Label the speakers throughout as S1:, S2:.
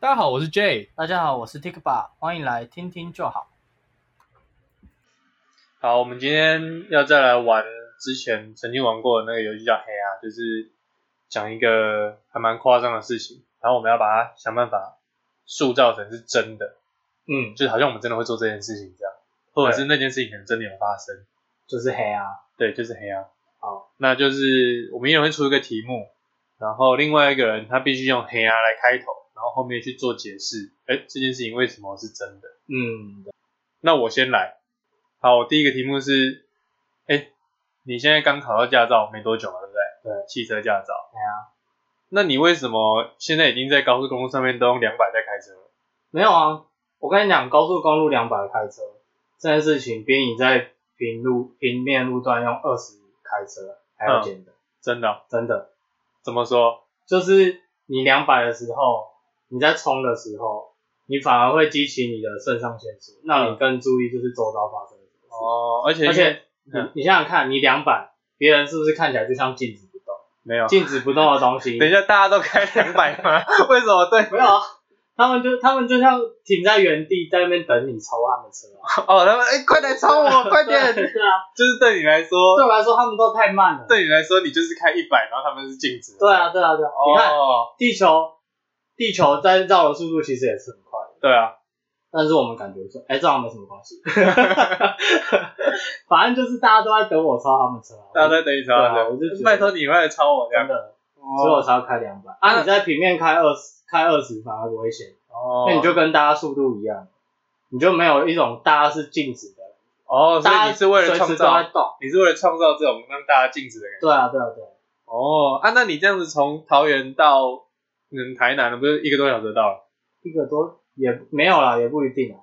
S1: 大家好，哦我是 J。
S2: 大家好，我是 Tikba，欢迎来听听就好。
S1: 好，我们今天要再来玩之前曾经玩过的那个游戏叫黑啊，就是讲一个还蛮夸张的事情，然后我们要把它想办法塑造成是真的，
S3: 嗯，
S1: 就是好像我们真的会做这件事情这样，或者是那件事情可能真的有发生。
S3: 就是黑啊，
S1: 对，就是黑啊。
S3: 好，
S1: 那就是我们一人会出一个题目，然后另外一个人他必须用黑啊来开头，然后后面去做解释，哎，这件事情为什么是真的？
S3: 嗯，
S1: 那我先来。好，我第一个题目是，哎，你现在刚考到驾照没多久嘛，对不对？
S3: 对，
S1: 汽车驾照。
S3: 对啊，
S1: 那你为什么现在已经在高速公路上面都用两百在开车了？
S3: 没有啊，我跟你讲，高速公路两百开车这件事情，比你在平路平面路段用二十开车还要简单，
S1: 真的哦、
S3: 真的，
S1: 怎么说？
S3: 就是你两百的时候，你在冲的时候，你反而会激起你的肾上腺素，让你更注意就是周遭发生的事。哦，
S1: 哦，而且
S3: 而且
S1: 嗯
S3: 你你想想看，你两百，别人是不是看起来就像静止不动？
S1: 没有。
S3: 静止不动的东
S1: 嗯
S3: 西，
S1: 等一下，大家都开两百吗？ 为什么对？
S3: 没有啊，他们就他们就像停在原地，在那边等你抽他们车啊。
S1: 哦，他们哎，快来超我，快点！
S3: 对啊，
S1: 就是对你来
S3: 对
S1: 说，
S3: 我来说他们都太慢了。
S1: 对你来说，你就是开一百，然后他们是静止。
S3: 对啊，，对啊，对啊。你看
S1: 哦，
S3: 地球，地球在绕的速度其实也是很快的，
S1: 对啊，
S3: 但是我们感觉说，哎，这好像没什么关系。 反正就是大家都在等我超他们车啊，
S1: 大家在等你超
S3: 对啊
S1: 对
S3: 我就觉得
S1: 拜托你快来超我这样
S3: 真。的，所以我
S1: 哦，
S3: 才要开两百啊。你在平面开二十，开二十反而危险，
S1: 哦
S3: 那你就跟大家速度一样，你就没有一种大家是静止的，
S1: 哦，所以
S3: 大
S1: 你
S3: 家
S1: 是为了
S3: 随
S1: 创
S3: 时都在
S1: 造，
S3: 动。
S1: 你是为了创造这种让大家静止的感觉。
S3: 对啊，对啊，对啊。
S1: 哦，啊，那你这样子从桃园到嗯台南，不是一个多小时就到了？
S3: 一个多也没有啦，也不一定啊，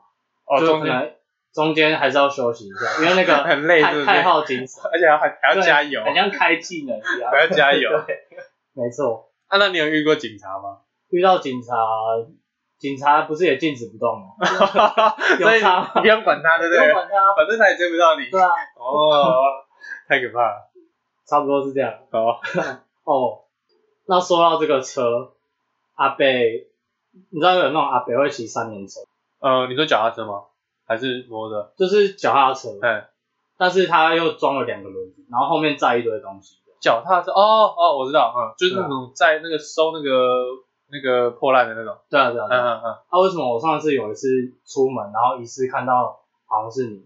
S1: 哦，
S3: 就
S1: 中
S3: 可
S1: 间
S3: 能中间还是要休息一下，因为 那个
S1: 很累，是
S3: 太
S1: 不是
S3: 太？耗精神，
S1: 而且还还要加油，
S3: 很像开技能一样
S1: 还。要加油。
S3: 对，没错，
S1: 啊，那你有遇过警察吗？
S3: 遇到警察，警察不是也静止不动吗？
S1: 所以
S3: 有差吗
S1: 你不用管他，对
S3: 不
S1: 不对
S3: 用？管他，
S1: 反正他也追不到你。
S3: 对啊，
S1: 哦，太可怕了。
S3: 差不多是这样。
S1: 哦，
S3: 哦，那说到这个车，阿北，你知道有那种阿北会骑三轮车，
S1: 呃，你说脚踏车吗？还是摩托车？
S3: 就是脚踏车，
S1: 嗯，
S3: 但是他又装了两个轮子，然后后面载一堆东西。
S1: 脚踏车。哦哦，我知道，嗯，就是
S3: 啊
S1: 那种在那个收那个那个破烂的那种。
S3: 对啊，对啊，
S1: 嗯
S3: 对啊
S1: 嗯嗯。
S3: 啊，为什么我上次有一次出门，然后疑似看到好像是你，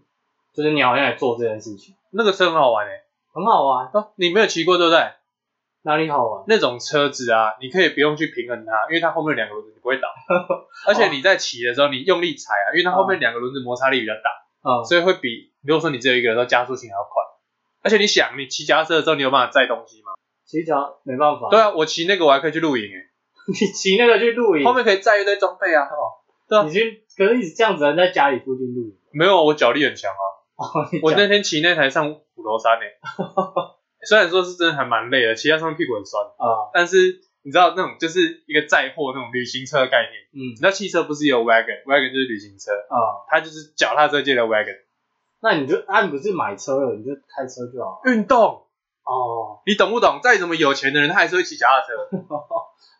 S3: 就是你好像也做这件事情，
S1: 那个车很好玩诶、
S3: 很好玩，
S1: 哦，你没有骑过对不对？
S3: 哪里好玩？
S1: 那种车子啊，你可以不用去平衡它，因为它后面有两个轮子你不会倒，而且你在骑的时候你用力踩啊，因为它后面两个轮子摩擦力比较大，
S3: 嗯，
S1: 所以会比如果说你只有一个人，候加速性还要快。而且你想，你骑脚踏车的时候，你有办法载东西吗？
S3: 骑脚没办法，
S1: 对，啊，我骑那个我还可以去露营诶、
S3: 你骑那个去露营，
S1: 后面可以载一堆装备啊。对啊
S3: 你去，可是你这样子人在家里附近露营，
S1: 没有，我脚力很强啊。
S3: 哦，你
S1: 我
S3: 讲
S1: 那天骑那台上虎头山诶、虽然说是真的还蛮累的，骑在上面屁股很酸，
S3: 啊，
S1: 但是你知道那种就是一个载货那种旅行车的概念。
S3: 嗯
S1: 你知道汽车不是有 wagon，wagon 就是旅行车，
S3: 啊，
S1: 它就是脚踏车界的 wagon。
S3: 那你就啊，你不是买车了，你就开车就好了。
S1: 运动，
S3: 哦
S1: 你懂不懂？再怎么有钱的人，他还是会骑脚踏车。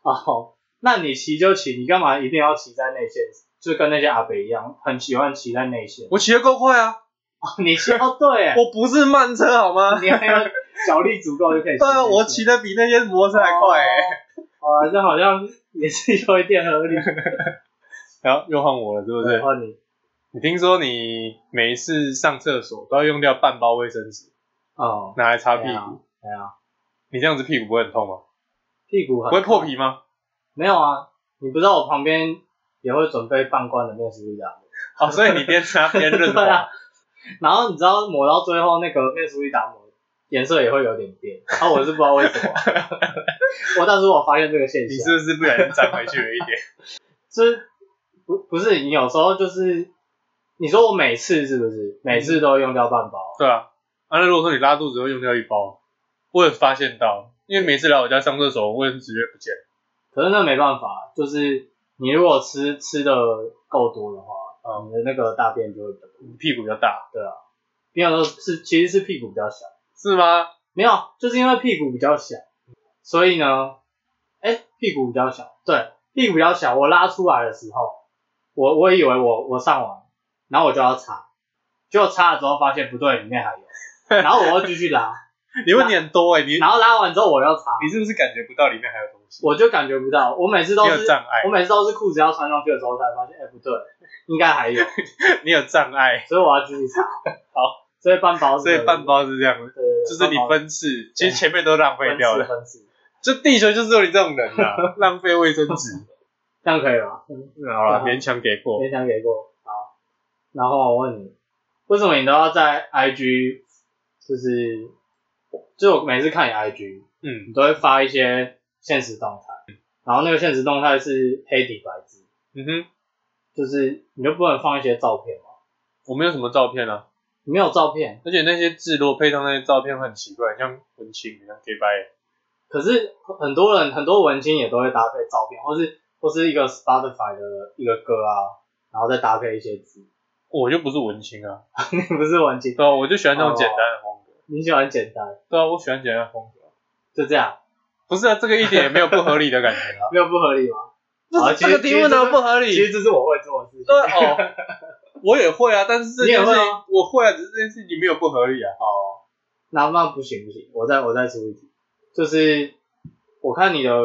S3: 哦，那你骑就骑，你干嘛一定要骑在内线？就跟那些阿北一样，很喜欢骑在内线。
S1: 我骑得够快啊，
S3: 哦，你骑哦，对，
S1: 我不是慢车好吗？
S3: 你还有脚力足够就可以。
S1: 对啊，我骑得比那些摩托车还快、欸。
S3: 哦。啊，这好像也是有一点 合理。
S1: 然后又换我了，是不
S3: 然
S1: 是？
S3: 后你
S1: 你听说你每一次上厕所都要用掉半包卫生纸
S3: 哦，
S1: 拿来擦屁
S3: 对啊
S1: 股，
S3: 对啊，
S1: 你这样子屁股不会很痛吗？
S3: 屁股
S1: 不
S3: 很
S1: 会破皮吗？
S3: 没有啊？你不知道我旁边也会准备半罐的面食力达，
S1: 哦，所以你边擦边润
S3: 对啊
S1: 滑。
S3: 然后你知道抹到最后那个面食力达抹颜色也会有点变，啊，我是不知道为 什么。我但是我发现这个现
S1: 你
S3: 象，
S1: 是不是不小心粘回去了一点？
S3: 就是不不是你有时候就是。你说我每次是不是每次都用掉半包？
S1: 对啊，啊，那如果说你拉肚子会用掉一包，我有发现到，因为每次来我家上厕所，卫生纸就不见了。
S3: 可是那没办法，就是你如果吃吃的够多的话，呃，你的那个大便就会比较多。
S1: 你屁股比较大，
S3: 对啊，没有说是其实是屁股比较小，
S1: 是吗？
S3: 没有，就是因为屁股比较小，所以呢，哎、屁股比较小，对，屁股比较小，我拉出来的时候，我我以为我我上完，然后我就要擦，结果擦了之后发现不对，里面还有，然后我又继续拉，
S1: 你问你很多哎、你
S3: 然后拉完之后我又擦，
S1: 你是不是感觉不到里面还有东西？
S3: 我就感觉不到，我每次都
S1: 你
S3: 是
S1: 有障碍
S3: 我，每次都是裤子要穿上去的时候才发现，哎、不对，应该还有，
S1: 你有障碍，
S3: 所以我要继续 擦。好，所以半包是
S1: 所以半包是这样的，
S3: 对，对
S1: 就是你分次，其实前面都浪费
S3: 分
S1: 掉
S3: 次
S1: 了。
S3: 分次，
S1: 这地球就是有你这种人 啊，浪费卫生纸。
S3: 这样可以吧？
S1: 嗯好了，
S3: 嗯
S1: 勉强给过。
S3: 勉强给过。好，然后我问你，为什么你都要在 IG，就是就是我每次看你 IG，
S1: 嗯，
S3: 你都会发一些现实动态，然后那个现实动态是黑底白字，
S1: 嗯哼，
S3: 就是你就不能放一些照片吗？
S1: 我没有什么照片啊，
S3: 你没有照片，
S1: 而且那些字如果配上那些照片会很奇怪，像文青，很像 gay 白。
S3: 可是很多人很多文青也都会搭配照片，或是或是一个 Spotify 的一个歌啊，然后再搭配一些字。
S1: 我就不是文青啊，
S3: 你不是文青，
S1: 对啊，我就喜欢那种简单的风格。
S3: 你喜欢简单，
S1: 对啊，我喜欢简单的风格。
S3: 就这样，
S1: 不是啊，这个一点也没有不合理的感觉 啊。
S3: 没有不合理吗？
S1: 不
S3: 好
S1: 是
S3: 其
S1: 这
S3: 实
S1: 个题目哪有不合理？
S3: 其实这是我会做的事情。
S1: 对哦，我也会啊，但是这
S3: 你也
S1: 件事
S3: 会
S1: 情
S3: 吗
S1: 我会啊，只是这件事情没有不合理啊。
S3: 哦， 那那不行不行，我再我再出一题，就是我看你的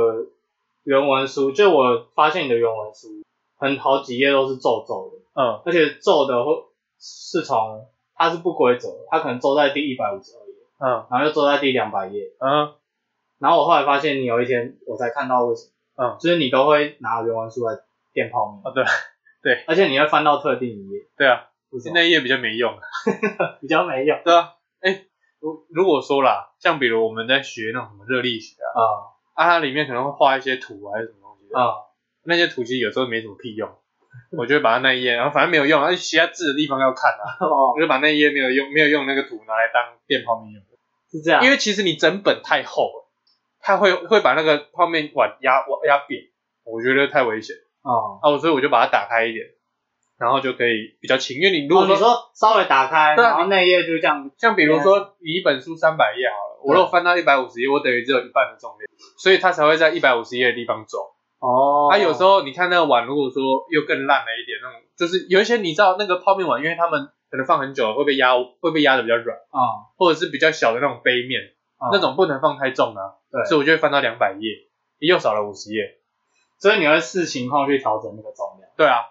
S3: 原文书，就我发现你的原文书很好几页都是皱皱的，
S1: 嗯，
S3: 而且皱的会是从它是不规则的，它可能皱在第一百五十二页，
S1: 嗯
S3: 然后又皱在第两百页，
S1: 嗯
S3: 然后我后来发现你有一天我才看到为什么，
S1: 嗯，
S3: 就是你都会拿原文书来垫泡面，
S1: 啊， 对
S3: 而且你会翻到特定一页，
S1: 对啊，
S3: 为什么
S1: 那一页比较没用啊。
S3: 比较没用
S1: 对啊，哎，如如果说啦，像比如我们在学那种什么热力学啊，
S3: 啊
S1: 啊，它里面可能会画一些图啊还是什么东 西的，
S3: 啊
S1: 那些图其实有时候没什么屁用。 我就会把它那一页，然后反正没有用，而且其他字的地方要看啊，
S3: 哦
S1: 我就把那一页没有用、没有用那个图拿来当垫泡面用。
S3: 是 这样，
S1: 因
S3: 为
S1: 为其实你整本太厚了，它会会把那个泡面碗压压扁，我觉得太危险
S3: 哦。
S1: 啊，我所以我就把它打开一点，然后就可以比较轻。因为你如果
S3: 哦、你说稍微打开，
S1: 对啊
S3: 然后那一页就这样
S1: 像比如说你一本书三百页好了，我如果翻到一百五十页，我等于只有一半的重量，所以它才会在一百五十页的地方走。
S3: 哦，
S1: 啊，有时
S3: 候
S1: 候你看那个碗，如果说又更烂了一点，那种就是有一些你知道那个泡面碗，因为他们可能放很久了会被压会被压的比较软，
S3: 啊、
S1: 或者是比较小的那种杯面，
S3: 嗯
S1: 那，种不能放太重啊。
S3: 对
S1: 所以我就会翻到两百页，又少了五十页。
S3: 所以你会视情况去调整那个重量。
S1: 对啊，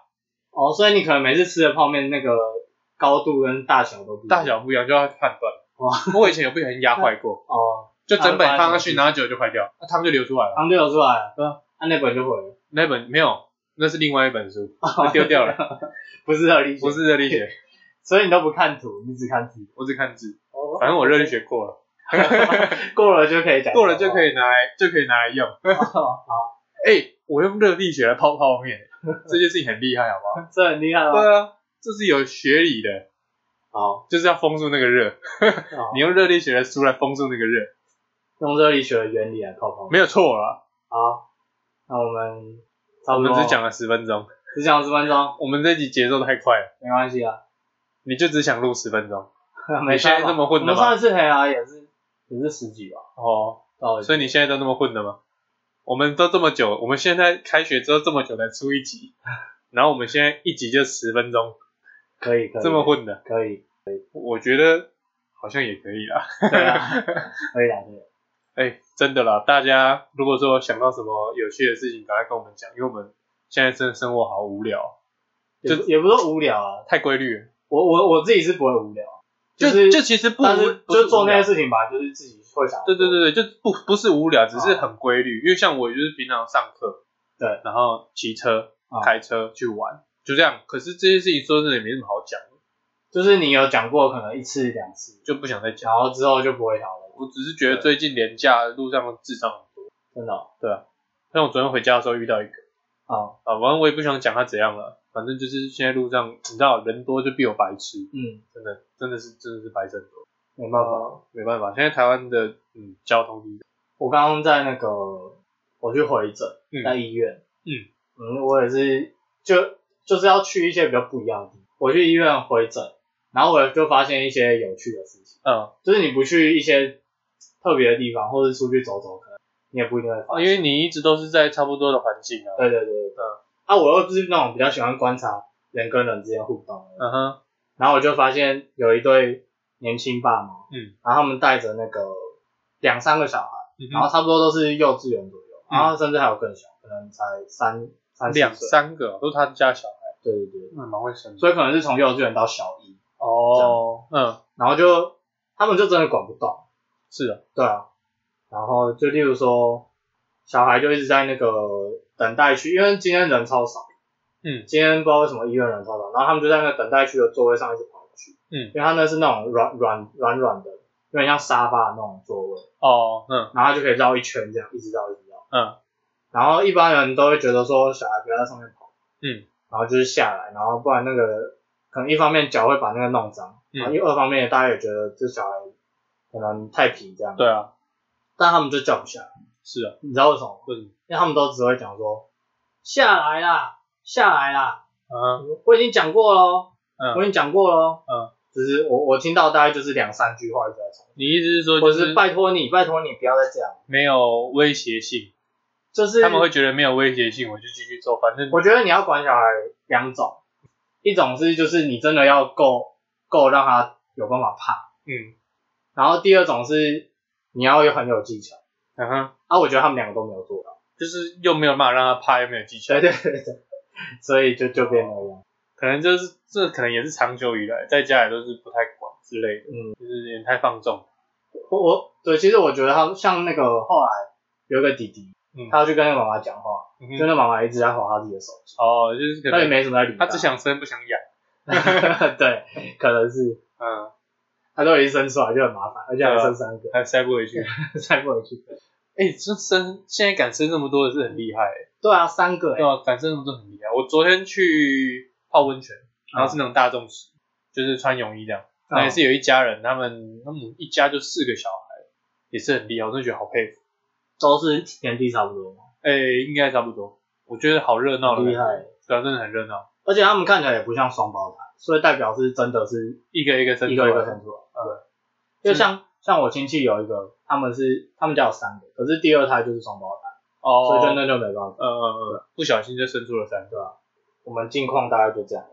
S3: 哦，所以你可能每次吃的泡面那个高度跟大小都不一样
S1: 大小不一样就要判断。
S3: 哇，
S1: 我以前有被人压坏过，
S3: 哦，
S1: 就整本放上去，
S3: 那
S1: 然后酒就坏掉，那汤就流出来了。
S3: 汤就流出来了，
S1: 对啊，
S3: 那、那本就毁了，
S1: 那本没有，那是另外一本书，就丢掉 了，
S3: 不是啊合理解
S1: 不，是热力学，
S3: 所以你都不看图，你只看字。
S1: 我只看字。
S3: 哦
S1: 反正我热力学过了，
S3: 过了就可以讲，
S1: 过了就可
S3: 以。
S1: 以拿来就可以拿来用。
S3: 哦 好，
S1: 哎，我用热力学来泡泡面，这件事情很厉害，好不
S3: 这很厉害
S1: 好？
S3: 哦。
S1: 对啊，这是有学理的，
S3: 好，
S1: 就是要封住那个热。
S3: 哦
S1: 你用热力学的书来封住那个热，
S3: 用热力学的原理来泡泡面。
S1: 没有错啦。
S3: 好，那我们差
S1: 我
S3: 不多
S1: 们只讲了十分钟，
S3: 只讲十分钟，
S1: 我们这集节奏太快了。
S3: 没关系 啊。
S1: 你就只想录十分钟
S3: 没
S1: 你现在
S3: 差吧
S1: 这么混的
S3: 我们
S1: 吗
S3: 上一次黑啊也是也是十几吧。
S1: 哦，
S3: 哦，
S1: 所以你现在都那么混的吗？我们都这么久，我们现在开学之后这么久才出一集， 然后我们现在一集就十分钟，
S3: 可以可以
S1: 这么混的，
S3: 可以，
S1: 我觉得好像也可以啦。
S3: 对啊，可以啦，可以。
S1: 哎，真的啦，大家如果说想到什么有趣的事情，赶快跟我们讲，因为我们现在真的生活好无聊，
S3: 也
S1: 就
S3: 不也不是说无聊啊，
S1: 太规律了。
S3: 我我我自己是不会无聊，
S1: 就是就其实不无
S3: 但是
S1: 不是
S3: 就做
S1: 无
S3: 那
S1: 聊
S3: 些事情吧，就是自己会想。
S1: 对对，对对，就不不是无聊，只是很规律。因为像我就是平常上课，
S3: 啊对，
S1: 然后骑车、
S3: 啊
S1: 开车去玩，就这样。可是这些事情说真的也没什么好讲的，
S3: 就是你有讲过可能一次两次，
S1: 就不想再讲。
S3: 然后之后就不会想了，
S1: 我只是觉得最近廉价路上智障很多，
S3: 真的哦。
S1: 像我昨天回家的时候遇到一个
S3: 哦
S1: 啊，反正我也不想讲他怎样了，反正就是现在路上你知道人多就必有白痴，
S3: 嗯，
S1: 真的真的是真的是白痴很多，
S3: 没办法。
S1: 没办法，现在台湾的嗯交通就是
S3: 我刚刚在那个我去回诊，
S1: 嗯
S3: 在医院，
S1: 嗯
S3: 嗯，我也是就就是要去一些比较不一样的地方。我去医院回诊，然后我就发现一些有趣的事情。
S1: 嗯
S3: 就是你不去一些特别的地方，或是出去走走，可能你也不一定会发
S1: 啊
S3: 现。
S1: 因为你一直都是在差不多的环境啊。
S3: 对对对对，啊，我又是那种比较喜欢观察人跟人之间互动的人，
S1: 嗯哼，
S3: 然后我就发现有一对年轻爸妈，
S1: 嗯，
S3: 然后他们带着那个两三个小孩，
S1: 嗯
S3: 然后差不多都是幼稚园左右，
S1: 嗯
S3: 然后甚至还有更小，可能才三三四
S1: 两
S3: 岁，
S1: 三个哦都是他家小孩，
S3: 对对对，
S1: 嗯，蛮会生的。
S3: 所以可能是从幼稚园到小一，
S1: 哦，嗯，
S3: 然后就他们就真的管不动，
S1: 是的，
S3: 对啊，然后就例如说，小孩就一直在那个等待区，因为今天人超少，
S1: 嗯
S3: 今天不知道为什么医院人超少，然后他们就在那个等待区的座位上一直跑过去，
S1: 嗯，
S3: 因为他那是那种软软软软的，有点像沙发的那种座位，
S1: 哦，嗯
S3: 然后他就可以绕一圈这样，一直绕一直绕，
S1: 嗯，
S3: 然后一般人都会觉得说小孩不要在上面跑，
S1: 嗯，
S3: 然后就是下来，然后不然那个可能一方面脚会把那个弄脏，
S1: 嗯
S3: 然后一二方面大家也觉得这小孩可能太皮这样，
S1: 对啊，
S3: 但他们就叫不下来。
S1: 是啊，
S3: 你知道为什么吗？
S1: 为什么？
S3: 因为他们都只会讲说下来啦，下来啦，
S1: 啊，
S3: 我已经讲过喽，
S1: 嗯，
S3: 我已经讲过喽，
S1: 嗯，
S3: 就是我我听到大概就是两三句话一直在重
S1: 你意思是说
S3: 复，或
S1: 就
S3: 者是
S1: 是
S3: 拜托你，拜托你不要再这样，
S1: 没有威胁性，
S3: 就是
S1: 他们会觉得没有威胁性，我就继续做，反正
S3: 我觉得你要管小孩两种，一种是就是你真的要够够让他有办法怕，
S1: 嗯，
S3: 然后第二种是你要有很有技巧，
S1: 嗯哼，
S3: 啊，我觉得他们两个都没有做到，
S1: 就是又没有办法让他怕，又没有技巧
S3: 对，对对对，所以就就变那样，
S1: 可能就是这可能也是长久以来在家里都是不太管之类的，
S3: 嗯。
S1: 就是有点太放纵，
S3: 我我对，其实我觉得他像那个后来有一个弟弟，
S1: 嗯
S3: 他要去跟那个妈妈讲话，
S1: 嗯
S3: 就
S1: 哼
S3: 那妈妈一直在划他自己的手机，
S1: 哦，就是可
S3: 他也
S1: 能
S3: 没什么在理
S1: 他只想生不想养，
S3: 对，可能是
S1: 嗯，
S3: 他都已经生出来就很麻烦，而且还生三个，
S1: 还塞不回去。
S3: 再过去。
S1: 哎，这生现在敢生这么多的是很厉害欸，
S3: 对啊，三个、欸
S1: 对，啊，敢生这么多很厉害。我昨天去泡温泉，
S3: 嗯
S1: 然后是那种大众池，就是穿泳衣这样，那
S3: 哎
S1: 也是有一家人，他们他们一家就四个小孩，也是很厉害，我真的觉得好佩服。
S3: 都是年纪差不多嘛，
S1: 哎，应该差不多，我觉得好热闹的感
S3: 厉
S1: 觉，
S3: 害。
S1: 对啊，真的很热闹，
S3: 而且他们看起来也不像双胞胎，所以代表是真的是
S1: 一个一个生
S3: 一
S1: 出
S3: 个一个
S1: 来，
S3: 生出来。对，就像像我亲戚有一个，他们是他们家有三个，可是第二胎就是双胞胎，
S1: 哦，
S3: 所以就那就没办法。
S1: 嗯嗯嗯，不小心就生出了三个，
S3: 啊我们近况大概就这样。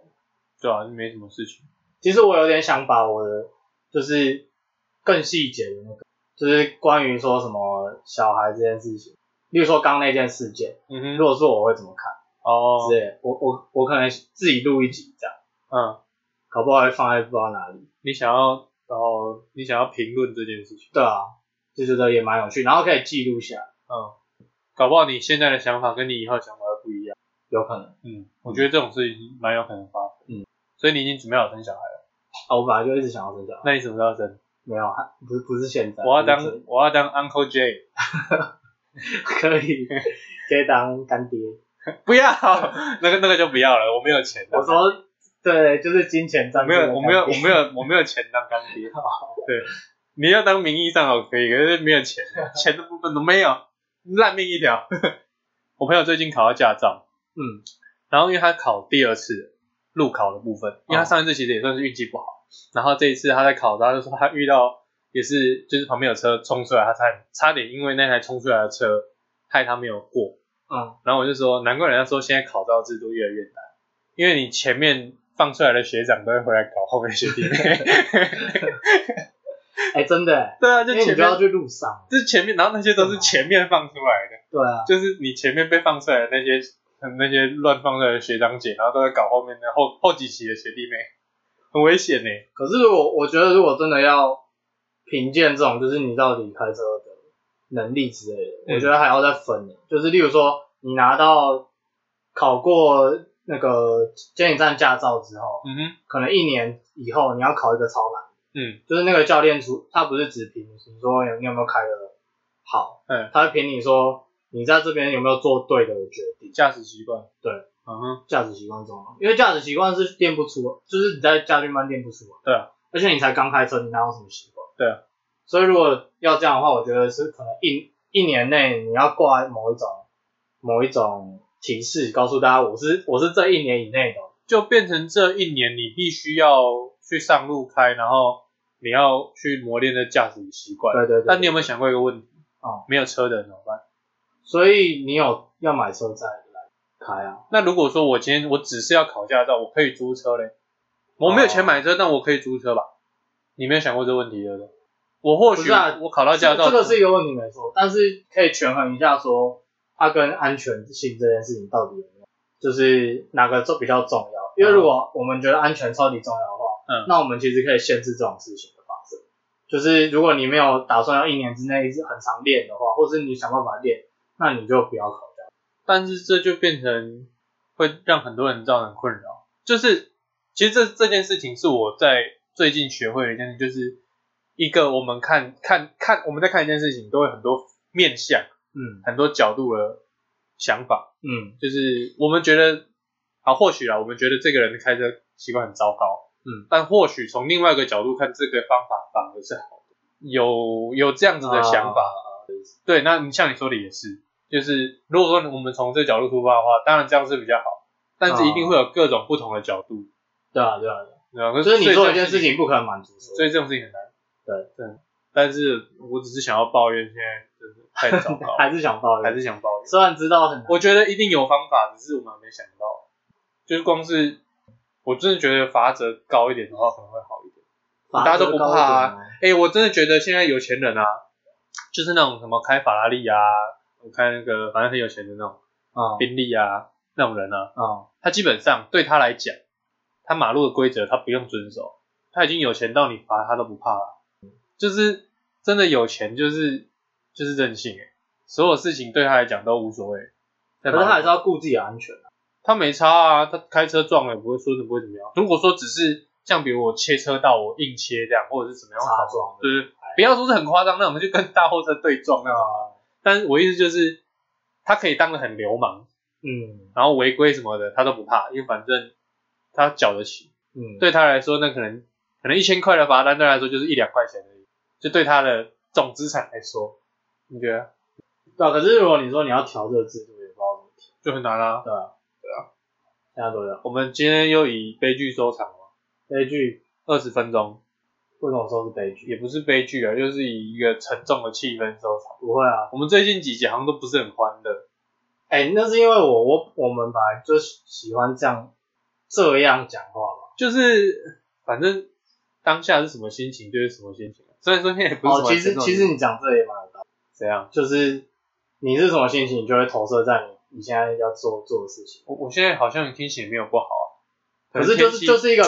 S1: 对啊，没什么事情。
S3: 其实我有点想把我的就是更细节的那个，就是关于说什么小孩这件事情，例如说刚刚那件事件，
S1: 嗯哼
S3: 如，果是我会怎么看
S1: 哦
S3: 之，类的，我我我可能自己录一集这样，
S1: 嗯，
S3: 搞不好会放在不知道哪里。
S1: 你想要，然后你想要评论这件事情，
S3: 对啊，就觉得也蛮有趣，然后可以记录下来，
S1: 嗯，搞不好你现在的想法跟你以后的想法会不一样，
S3: 有可能
S1: 嗯，我觉得这种事情蛮有可能发生，
S3: 嗯，
S1: 所以你已经准备好生小孩了，
S3: 啊，我本来就一直想要生小孩，
S1: 那你什么时候要生？
S3: 没有，还不是不是现在，
S1: 我要当
S3: 不是
S1: 我要当 Uncle J，
S3: 可以可以当干爹，
S1: 不要，那个那个就不要了， 我没有钱啊，
S3: 我说对，就是金钱
S1: 我
S3: 赞助
S1: 没
S3: 的
S1: 有我没有
S3: 干
S1: 我
S3: 爹
S1: 没有我没有钱当干 爹，对，你要当名义上好可以，可是没有 钱，钱的部分都没有，烂命一条。 我朋友最近考到驾照，
S3: 嗯
S1: 然后因为他考第二次路考的部分，
S3: 哦
S1: 因为他上一次其实也算是运气不好，然后这一次他在考，他就说他遇到也是就是旁边有车冲出来，他差差点因为那台冲出来的车害他没有过，
S3: 嗯
S1: 然后我就说，难怪人家说现在考照制度越来越难，因为你前面放出来的学长都会回来搞后面学弟妹。
S3: 哎、真的、欸。
S1: 对啊，就
S3: 因为你
S1: 前
S3: 就要
S1: 面，
S3: 去嗯路上，
S1: 就前面，然后那些都是前面放出来的，
S3: 对啊，
S1: 就是你前面被放出来的那些那些乱放出来的学长姐，然后都在搞后面的后后几期的学弟妹，很危险呢、
S3: 可是我我觉得，如果真的要评鉴这种，就是你到底开车的能力之类的，
S1: 嗯
S3: 我觉得还要再分欸。就是例如说，你拿到考过那个监理站驾照之后，
S1: 嗯哼，
S3: 可能一年以后你要考一个超难，
S1: 嗯，
S3: 就是那个教练出他不是只评你说你有没有开的好，
S1: 嗯，
S3: 他会评你说你在这边有没有做对的决定，
S1: 驾驶习惯，
S3: 对，
S1: 嗯哼，
S3: 驾驶习惯重要，因为驾驶习惯是练不出，就是你在家训班练不出来。
S1: 对啊，
S3: 而且你才刚开车，你哪有什么习惯？
S1: 对啊，
S3: 所以如果要这样的话，我觉得是可能一一年内你要挂某一种某一种提示，告诉大家我是我是这一年以内的，
S1: 就变成这一年你必须要去上路开，然后你要去磨练的驾驶习惯。
S3: 对对对，
S1: 但你有没有想过一个问题？
S3: 哦，
S1: 没有车的人怎么办？
S3: 所以你有要买车再来开啊。
S1: 那如果说我今天我只是要考驾照，我可以租车嘞？我没有钱买车，但我可以租车吧？你没有想过这个问题对不对？我或
S3: 不
S1: 许
S3: 是啊
S1: 我考到驾照，
S3: 这个是一个问题没错，但是可以权衡一下说，它跟安全性这件事情到底有没有，就是哪个重比较重要？因为如果我们觉得安全超级重要的话，
S1: 嗯
S3: 那我们其实可以限制这种事情的发生。就是如果你没有打算要一年之内一直很常练的话，或是你想办法练，那你就不要考驾。
S1: 但是这就变成会让很多人造成困扰。就是其实这这件事情是我在最近学会的一件事，就是一个我们看看看我们在看一件事情，都会很多面向、
S3: 嗯
S1: 很多角度的想法。
S3: 嗯
S1: 就是我们觉得啊，或许啊，我们觉得这个人的开车习惯很糟糕，
S3: 嗯，
S1: 但或许从另外一个角度看，这个方法反而是好的，有有这样子的想法，
S3: 啊
S1: 对，那你像你说的也是，就是如果说我们从这角度出发的话，当然这样是比较好，但是一定会有各种不同的角度，
S3: 对啊对啊，对啊
S1: 对吧？可
S3: 所
S1: 是
S3: 以你做一件
S1: 嗯所以这种
S3: 事情不可能满足所有人
S1: 所以这种事情很难，
S3: 对，
S1: 对，但是我只是想要抱怨，现在真的太糟糕
S3: 还是想抱
S1: 还
S3: 怨，
S1: 是想抱怨。
S3: 虽然知道很难，
S1: 我觉得一定有方法，只是我们还没想到。就是光是，我真的觉得罚则高一点的话，可能会好一点。大家都不怕啊
S3: 罚则高一点哦。
S1: 哎、我真的觉得现在有钱人啊，就是那种什么开法拉利啊，我开那个反正很有钱的那种
S3: 啊
S1: 宾利啊那种人啊，
S3: 啊
S1: 他基本上对他来讲，他马路的规则他不用遵守，他已经有钱到你罚他都不怕了。就是真的有钱，就是就是任性哎、所有事情对他来讲都无所谓。可
S3: 可是他还是要顾自己的安全啊。
S1: 他没差啊，他开车撞了也不会说的不会怎么样。如果说只是像比如我切车道我硬切这样，或者是怎么样
S3: 擦撞
S1: 对对，不要说是很夸张那种，就跟大货车对撞那种。
S3: 啊，
S1: 但是我意思就是，他可以当的很流氓，
S3: 嗯
S1: 然后违规什么的他都不怕，因为反正他缴得起。
S3: 嗯，
S1: 对他来说，那可能可能一千块的罚单对他来说就是一两块钱而已，就对他的总资产来说，你觉得
S3: 对啊。可是如果你说你要调这个制度，也不知道怎么调。
S1: 就很难啊。
S3: 对啊，对啊。现在多少？
S1: 我们今天又以悲剧收场了，
S3: 悲剧
S1: 二十分钟。
S3: 为什么说是悲剧？
S1: 也不是悲剧啊，就是以一个沉重的气氛收场。
S3: 不会啊。
S1: 我们最近几集好像都不是很欢乐，
S3: 哎、那是因为我我我们本来就喜欢这样这样讲话嘛。
S1: 就是反正当下是什么心情就是什么心情、啊虽然说现在也不是什
S3: 哦，
S1: 么
S3: 其实
S1: 沉重的
S3: 其实你讲这也蛮有道理，
S1: 怎样，
S3: 就是你是什么心情，你就会投射在你你现在要做做的事情。
S1: 我我现在好像心情也没有不好啊，
S3: 可是就是
S1: 天
S3: 就
S1: 气
S3: 是一个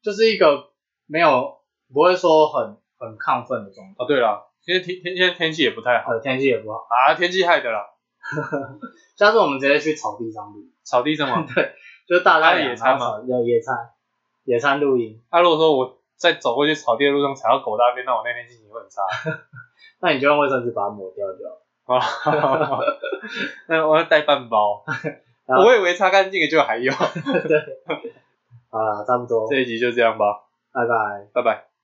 S3: 就是一个没有不会说很很亢奋的状态，
S1: 哦对了，现在天天现在天气也不太好
S3: 呃，天气也不好。
S1: 啊，天气害的啦，
S3: 下次我们直接去草地上录，
S1: 草地上 嘛。
S3: 就大家
S1: 啊野餐嘛
S3: 嘛，有野餐，野餐露营，
S1: 啊，如果说我在走过去草地的路上踩到狗大便，那我那天心情会 很差。
S3: 那你就用卫生纸把它抹掉就好。
S1: 哦， 那我要带半包，
S3: 啊
S1: 我以为擦干净了就还有。
S3: 好了，差不多，
S1: 这一集就这样吧，
S3: 拜拜。
S1: 拜拜。